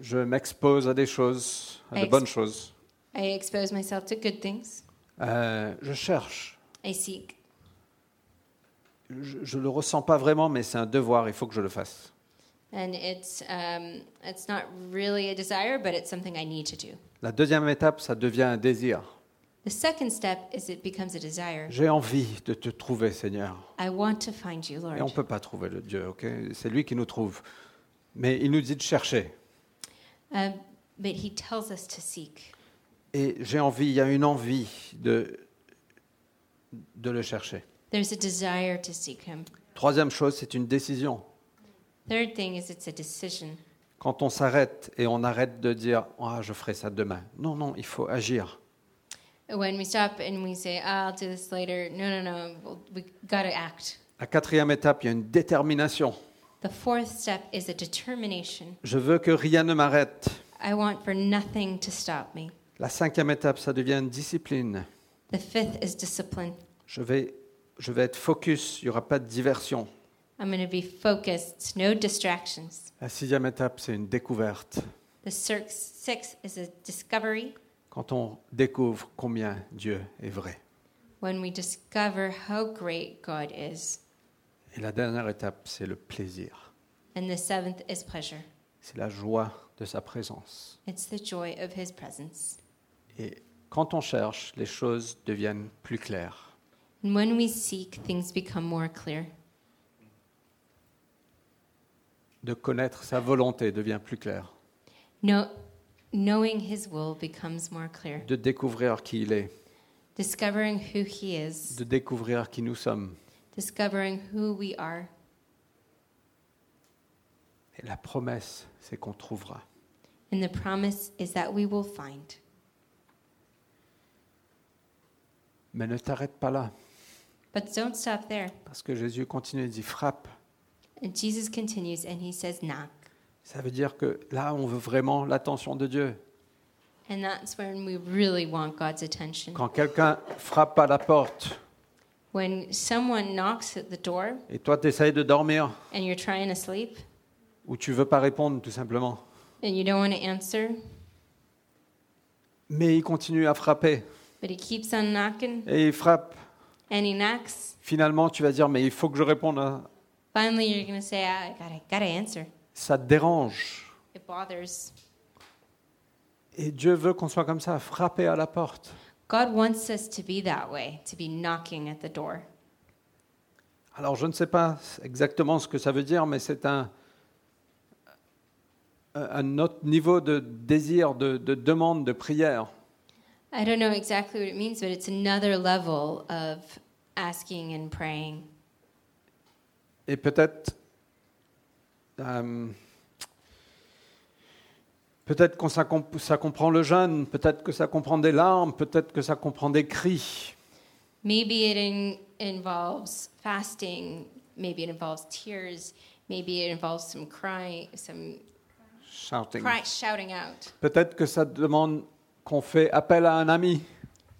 Speaker 1: je m'expose à des choses, à de
Speaker 2: Ex-
Speaker 1: bonnes choses.
Speaker 2: I expose myself to good things.
Speaker 1: Euh, je cherche.
Speaker 2: I seek.
Speaker 1: je, je le ressens pas vraiment, mais c'est un devoir, il faut que je le fasse.
Speaker 2: And it's, um, it's not really a desire, but it's something I need to do.
Speaker 1: La deuxième étape, ça devient un désir.
Speaker 2: The second step is it becomes a desire.
Speaker 1: J'ai envie de te trouver, Seigneur.
Speaker 2: I want to find you,
Speaker 1: Et on
Speaker 2: Lord.
Speaker 1: peut pas trouver le Dieu, ok C'est lui qui nous trouve. Mais il nous dit de chercher.
Speaker 2: Um, but he tells us to seek.
Speaker 1: Et j'ai envie, il y a une envie de, de le chercher.
Speaker 2: There's a desire to seek him.
Speaker 1: Troisième chose, c'est une décision.
Speaker 2: Third thing is it's a decision.
Speaker 1: Quand on s'arrête et on arrête de dire Ah, je ferai ça demain. Non, non, il faut agir.
Speaker 2: When we stop and we say, ah, I'll do this later, no, no, no, well, we got to act.
Speaker 1: La quatrième étape, il y a une détermination.
Speaker 2: The- The fourth step is a determination.
Speaker 1: Je veux que rien ne m'arrête.
Speaker 2: I want for nothing to stop me.
Speaker 1: La cinquième étape, ça devient une discipline.
Speaker 2: The fifth is discipline.
Speaker 1: Je vais, je vais être focus, il n'y aura pas de diversion.
Speaker 2: I'm going to be focused, no distractions.
Speaker 1: La sixième étape, c'est une découverte.
Speaker 2: The sir- sixth is a discovery
Speaker 1: Quand on découvre combien Dieu est vrai.
Speaker 2: when we discover how great God is.
Speaker 1: Et la dernière étape, c'est le plaisir.
Speaker 2: And the seventh is pleasure.
Speaker 1: C'est la joie de sa présence.
Speaker 2: It's the joy of his presence.
Speaker 1: Et quand on cherche, les choses deviennent plus claires.
Speaker 2: And when we seek, things become more clear.
Speaker 1: De connaître sa volonté devient plus clair.
Speaker 2: No, knowing his will becomes more clear.
Speaker 1: De découvrir qui il est.
Speaker 2: Discovering who he is,
Speaker 1: De découvrir qui nous sommes.
Speaker 2: discovering who we are.
Speaker 1: Et la promesse, c'est qu'on trouvera.
Speaker 2: And the promise is that we will find.
Speaker 1: Mais ne t'arrête pas là.
Speaker 2: But don't stop there.
Speaker 1: Parce que Jésus continue et dit frappe.
Speaker 2: And Jesus continues and he says, knock.
Speaker 1: Ça veut dire que là, on veut vraiment l'attention de Dieu.
Speaker 2: And that's when we really want God's attention.
Speaker 1: Quand quelqu'un frappe à la porte
Speaker 2: When someone knocks at the door
Speaker 1: et toi, tu essayes de dormir
Speaker 2: and you're trying to sleep
Speaker 1: ou tu veux pas répondre tout simplement,
Speaker 2: and you don't want to answer,
Speaker 1: mais il continue à frapper
Speaker 2: but he keeps on knocking
Speaker 1: et il frappe.
Speaker 2: and he knocks,
Speaker 1: Finalement, tu vas dire mais il faut que je réponde. hein. à-
Speaker 2: finally you're going to say, I gotta, gotta answer.
Speaker 1: Ça te dérange.
Speaker 2: It bothers.
Speaker 1: Et Dieu veut qu'on soit comme ça, frapper à la porte.
Speaker 2: God wants us to be that way, to be knocking at the door.
Speaker 1: Alors, je ne sais pas exactement ce que ça veut dire, mais c'est un, un autre niveau de désir, de, de demande, de prière.
Speaker 2: I don't know exactly what it means, but it's another level of asking and praying.
Speaker 1: Et peut-être, euh, peut-être que ça, comp- ça comprend le jeûne, peut-être que ça comprend des larmes, peut-être que ça comprend des cris.
Speaker 2: Maybe it in, involves fasting, maybe it involves tears, maybe it involves some crying, some
Speaker 1: Shouting.
Speaker 2: cry, shouting out.
Speaker 1: Peut-être que ça demande qu'on fait appel à un ami.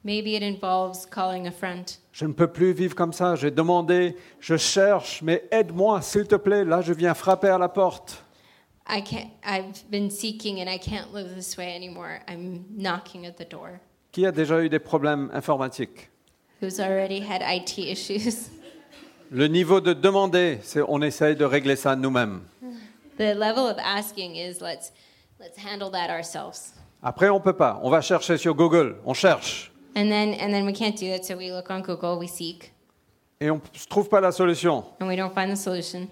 Speaker 2: Maybe it involves calling a friend.
Speaker 1: Je ne peux plus vivre comme ça. J'ai demandé, je cherche, mais aide-moi, s'il te plaît. Là, je viens frapper à la porte.
Speaker 2: I can't, I've been seeking and I can't live this way anymore. I'm knocking at the door.
Speaker 1: Qui a déjà eu des problèmes informatiques
Speaker 2: Who's already had IT issues?
Speaker 1: Le niveau de demander, c'est on essaye de régler ça nous-mêmes.
Speaker 2: the level of asking is let's let's handle that ourselves.
Speaker 1: Après, on peut pas. On va chercher sur Google. On cherche.
Speaker 2: And then and then we can't do that, so we look on Google, we seek,
Speaker 1: et on ne trouve pas la solution.
Speaker 2: and we don't find the solution.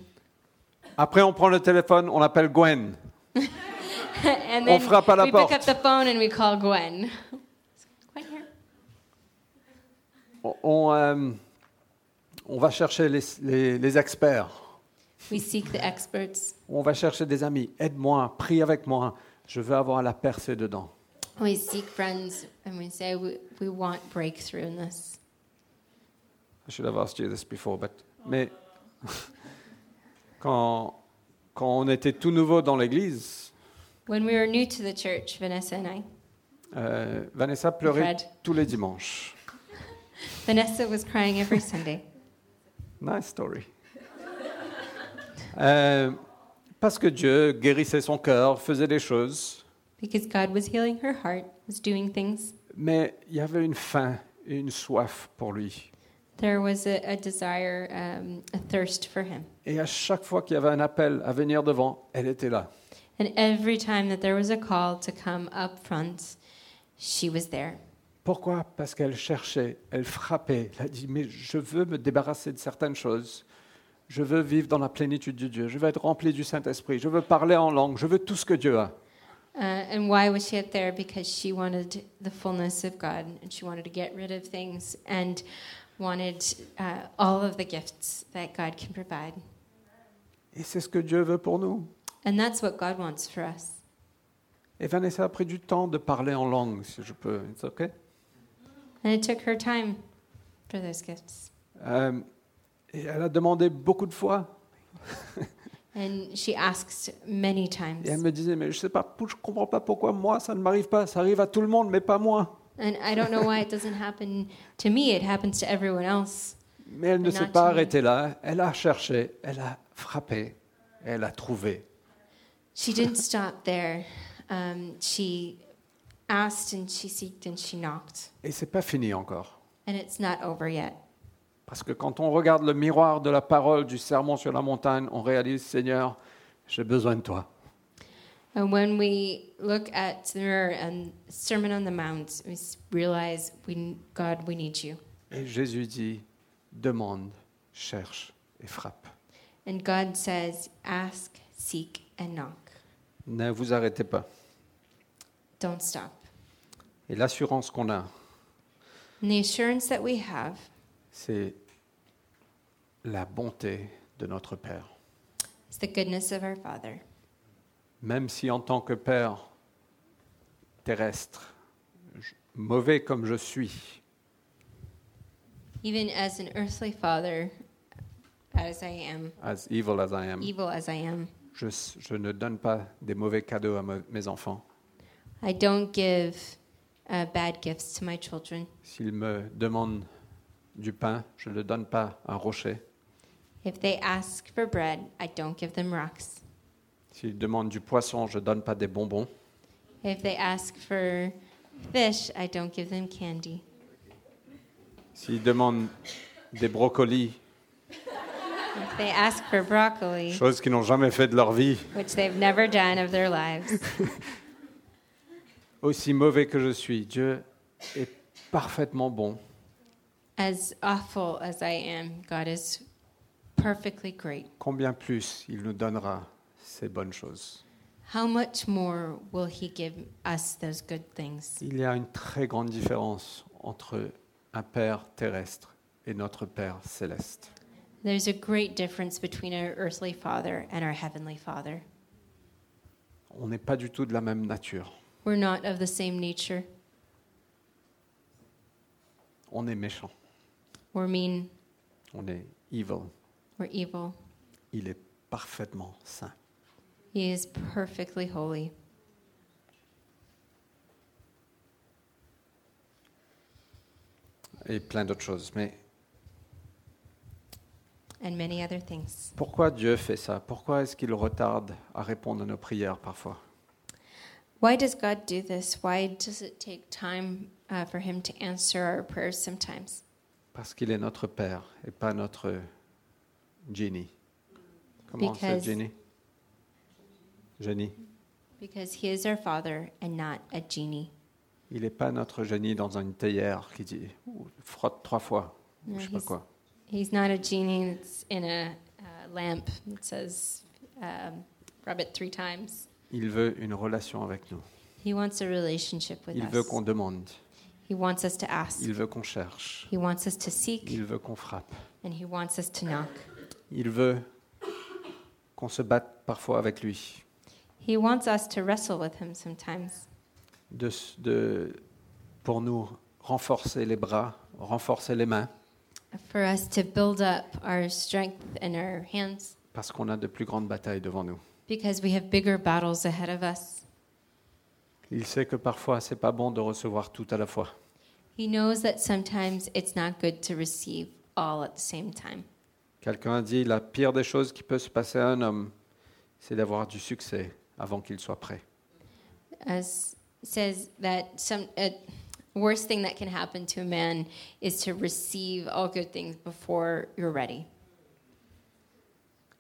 Speaker 1: Après, on prend le téléphone, on appelle Gwen.
Speaker 2: and
Speaker 1: On
Speaker 2: then
Speaker 1: frappe à la
Speaker 2: we
Speaker 1: porte.
Speaker 2: pick up the phone and we call Gwen. Is Gwen here?
Speaker 1: On, on, euh, on va chercher les, les- les experts.
Speaker 2: We seek the experts.
Speaker 1: On va chercher des amis. Aide-moi, prie avec moi. Je veux avoir la percée dedans.
Speaker 2: We seek friends, and we say we, we want breakthrough in this.
Speaker 1: I should have asked you this before, but- Mais quand, quand on était tout nouveau dans l'église,
Speaker 2: When we were new to the church, Vanessa and I,
Speaker 1: euh, Vanessa pleurait
Speaker 2: Fred.
Speaker 1: tous les dimanches.
Speaker 2: Vanessa was crying every Sunday
Speaker 1: Nice story. Euh, parce que Dieu guérissait son cœur, faisait des choses.
Speaker 2: because God was healing her heart, was doing things.
Speaker 1: Mais il y avait une faim et une soif pour lui.
Speaker 2: There was a, a desire, um, a thirst for him.
Speaker 1: Et à chaque fois qu'il y avait un appel à venir devant, elle était là.
Speaker 2: And every time that there was a call to come up front, she was there.
Speaker 1: Pourquoi Parce qu'elle cherchait, elle frappait. Elle a dit, mais je veux me débarrasser de certaines choses. Je veux vivre dans la plénitude de Dieu. Je veux être rempli du Saint-Esprit. Je veux parler en langue. Je veux tout ce que Dieu a.
Speaker 2: Uh, and why was she up there? Because she wanted the fullness of God and she wanted to get rid of things and wanted uh, all of the gifts that God can provide.
Speaker 1: Et c'est ce que Dieu veut pour nous.
Speaker 2: And that's what God wants for us.
Speaker 1: Et Vanessa a pris du temps de parler en langue, si je peux. It's okay
Speaker 2: And it took her time for those gifts.
Speaker 1: Euh, et elle a demandé beaucoup de fois.
Speaker 2: And she asks many times.
Speaker 1: Et elle me disait, mais je sais pas, je comprends pas pourquoi moi, ça ne m'arrive pas. Ça arrive à tout le monde, mais pas moi.
Speaker 2: And I don't know why it doesn't happen to me, it happens to everyone else.
Speaker 1: Mais elle ne
Speaker 2: Maintenant,
Speaker 1: s'est pas
Speaker 2: tu-
Speaker 1: arrêtée là. Elle a cherché, elle a frappé, elle a trouvé.
Speaker 2: She didn't stop there. Um, she asked and she seeked and she knocked.
Speaker 1: Et c'est pas fini encore.
Speaker 2: And it's not over yet.
Speaker 1: Parce que quand on regarde le miroir de la parole du sermon sur la montagne, on réalise, Seigneur, j'ai besoin de toi.
Speaker 2: And when we look at the mirror and Sermon on the Mount, we s- realize, we, God, we need you.
Speaker 1: Et Jésus dit, demande, cherche et frappe.
Speaker 2: And God says, ask, seek, and knock.
Speaker 1: Ne vous arrêtez pas.
Speaker 2: Don't stop.
Speaker 1: Et l'assurance qu'on a,
Speaker 2: And the assurance that we have
Speaker 1: c'est la bonté de notre Père.
Speaker 2: is the goodness of our Father.
Speaker 1: Même si en tant que Père terrestre, je- mauvais comme je suis,
Speaker 2: Even as an earthly father, as I am,
Speaker 1: as evil as I am,
Speaker 2: evil as I am,
Speaker 1: je, je ne donne pas des mauvais cadeaux à me- mes enfants.
Speaker 2: I don't give uh, bad gifts to my children.
Speaker 1: S'ils me demandent du pain, je ne donne pas un rocher.
Speaker 2: If they ask for bread, I don't give them rocks.
Speaker 1: S'ils demandent du poisson, je ne donne pas des bonbons.
Speaker 2: If they ask for fish, I don't give them candy.
Speaker 1: S'ils demandent des brocolis,
Speaker 2: If they ask for broccoli,
Speaker 1: choses qu'ils n'ont jamais fait de leur vie,
Speaker 2: which they've never done of their lives,
Speaker 1: aussi mauvais que je suis, Dieu est parfaitement bon.
Speaker 2: as awful as I am, God is perfectly great.
Speaker 1: Combien plus il nous donnera ces bonnes choses
Speaker 2: How much more will He give us those good things?
Speaker 1: Il y a une très grande différence entre un Père terrestre et notre Père céleste.
Speaker 2: There's a great difference between our earthly father and our heavenly father.
Speaker 1: On n'est pas du tout de la même nature.
Speaker 2: We're not of the same nature.
Speaker 1: On est méchant,
Speaker 2: We're mean.
Speaker 1: on est evil.
Speaker 2: We're evil.
Speaker 1: Il est parfaitement saint.
Speaker 2: He is perfectly holy.
Speaker 1: Et plein d'autres choses. Mais
Speaker 2: and many other things.
Speaker 1: pourquoi Dieu fait ça Pourquoi est-ce qu'il retarde à répondre à nos prières parfois
Speaker 2: Why does God do this? Why does it take time uh, for Him to answer our prayers sometimes?
Speaker 1: Parce qu'il est notre Père et pas notre génie. Comment c'est
Speaker 2: Because-
Speaker 1: génie Génie.
Speaker 2: Because He is our Father and not a genie.
Speaker 1: Il n'est pas notre génie dans une théière qui dit Ouh, frotte trois fois ou
Speaker 2: Non,
Speaker 1: je sais pas
Speaker 2: he's-
Speaker 1: quoi.
Speaker 2: He's not a genie that's in a uh, lamp that says, um, rub it three times.
Speaker 1: Il veut une relation avec nous.
Speaker 2: He wants a relationship with
Speaker 1: Il
Speaker 2: us.
Speaker 1: veut qu'on demande.
Speaker 2: He wants us to ask.
Speaker 1: Il veut qu'on cherche.
Speaker 2: He wants us to seek.
Speaker 1: Il veut qu'on frappe.
Speaker 2: and He wants us to knock.
Speaker 1: Il veut qu'on se batte parfois avec lui.
Speaker 2: He wants us to wrestle with Him sometimes
Speaker 1: de, de- pour nous renforcer les bras, renforcer les mains,
Speaker 2: for us to build up our strength and our hands.
Speaker 1: parce qu'on a de plus grandes batailles devant nous.
Speaker 2: Because we have bigger battles ahead of us.
Speaker 1: Il sait que parfois c'est pas bon de recevoir tout à la fois.
Speaker 2: He knows that sometimes it's not good to receive all at the same time.
Speaker 1: Quelqu'un a dit la pire des choses qui peut se passer à un homme, c'est d'avoir du succès avant qu'il soit prêt.
Speaker 2: As says that some uh, worst thing that can happen to a man is to receive all good things before you're ready.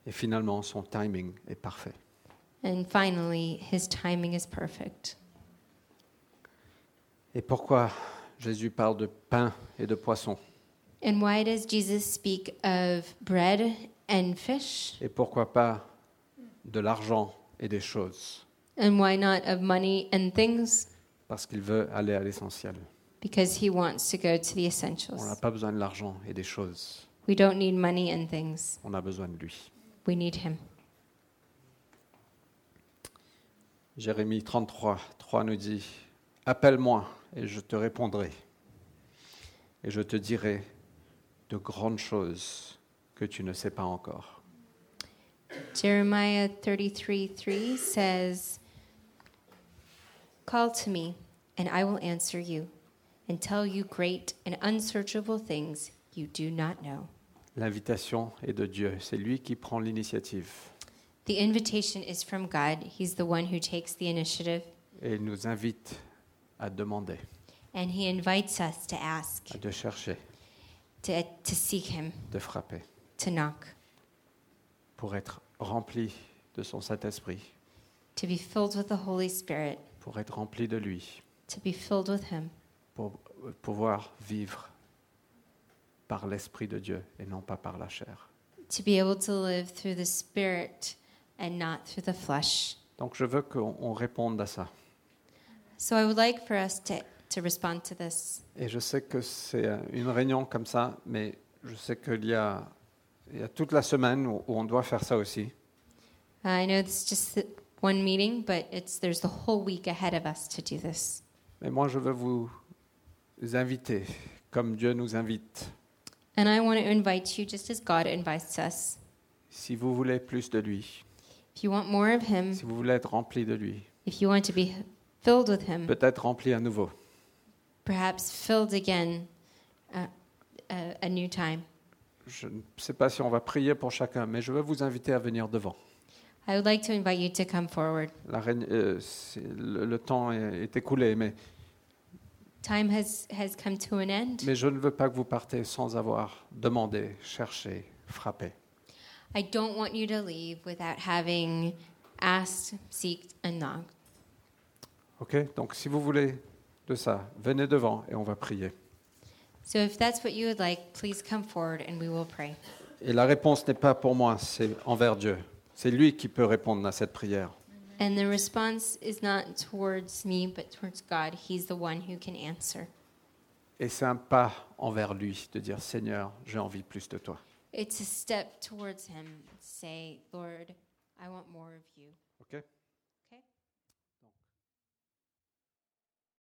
Speaker 1: Et finalement, son timing est parfait.
Speaker 2: And finally, his timing is perfect.
Speaker 1: Et pourquoi Jésus parle de pain et de poisson
Speaker 2: And why does Jesus speak of bread and fish?
Speaker 1: Et pourquoi pas de l'argent et des choses
Speaker 2: And why not of money and things?
Speaker 1: Parce qu'il veut aller à l'essentiel.
Speaker 2: Because he wants to go to the
Speaker 1: On n'a
Speaker 2: essentials.
Speaker 1: pas besoin de l'argent et des choses.
Speaker 2: We don't need money and things.
Speaker 1: On a besoin de lui.
Speaker 2: We need him.
Speaker 1: Jérémie 33, 3 nous dit Appelle-moi et je te répondrai. Et je te dirai de grandes choses que tu ne sais pas encore.
Speaker 2: Jeremiah 33 3 says, Call to me, and I will answer you, and tell you great and unsearchable things you do not know.
Speaker 1: L'invitation est de Dieu. C'est lui qui prend l'initiative.
Speaker 2: The invitation is from God. He's the one who takes the initiative,
Speaker 1: Et il nous invite à demander,
Speaker 2: and He invites us to ask,
Speaker 1: à de chercher,
Speaker 2: to, to seek Him,
Speaker 1: de frapper,
Speaker 2: to knock,
Speaker 1: pour être rempli de son Saint-Esprit,
Speaker 2: to be filled with the Holy Spirit,
Speaker 1: pour être rempli de lui,
Speaker 2: to be filled with Him,
Speaker 1: pour pouvoir vivre par l'Esprit de Dieu et non pas par la chair.
Speaker 2: to be able to live through the Spirit and not through the flesh.
Speaker 1: Donc je veux qu'on on réponde à ça.
Speaker 2: So I would like for us to, to respond to this.
Speaker 1: Et je sais que c'est euh, une réunion comme ça, mais je sais qu'il y a, il y a toute la semaine où, où on doit faire ça aussi.
Speaker 2: Uh, I know this is just the one meeting, but it's there's the whole week ahead of us to do this.
Speaker 1: Mais moi, je veux vous inviter, comme Dieu nous invite.
Speaker 2: And I want to invite you just as God invites us.
Speaker 1: Si vous voulez plus de lui,
Speaker 2: If you want more of him,
Speaker 1: si vous voulez être rempli de lui,
Speaker 2: if you want to be filled with him,
Speaker 1: peut-être rempli à nouveau,
Speaker 2: perhaps filled again uh, a, a new time.
Speaker 1: je ne sais pas si on va prier pour chacun, mais je veux vous inviter à venir devant.
Speaker 2: I would like to invite you to come forward.
Speaker 1: La reine- euh, c'est- le, le temps est, est écoulé, mais,
Speaker 2: Time has, has come to an end.
Speaker 1: mais je ne veux pas que vous partez sans avoir demandé, cherché, frappé.
Speaker 2: I don't want you to leave without having asked, seeked, and knocked.
Speaker 1: Ok Donc si vous voulez de ça, venez devant et on va prier.
Speaker 2: So if that's what you would like, please come forward and we will pray.
Speaker 1: Et la réponse n'est pas pour moi, c'est envers Dieu. C'est lui qui peut répondre à cette prière.
Speaker 2: And the response is not towards me, but towards God. He's the one who can answer.
Speaker 1: Et c'est un pas envers lui de dire Seigneur, j'ai envie plus de toi.
Speaker 2: It's a step towards Him. Say, Lord, I want more of you.
Speaker 1: Ok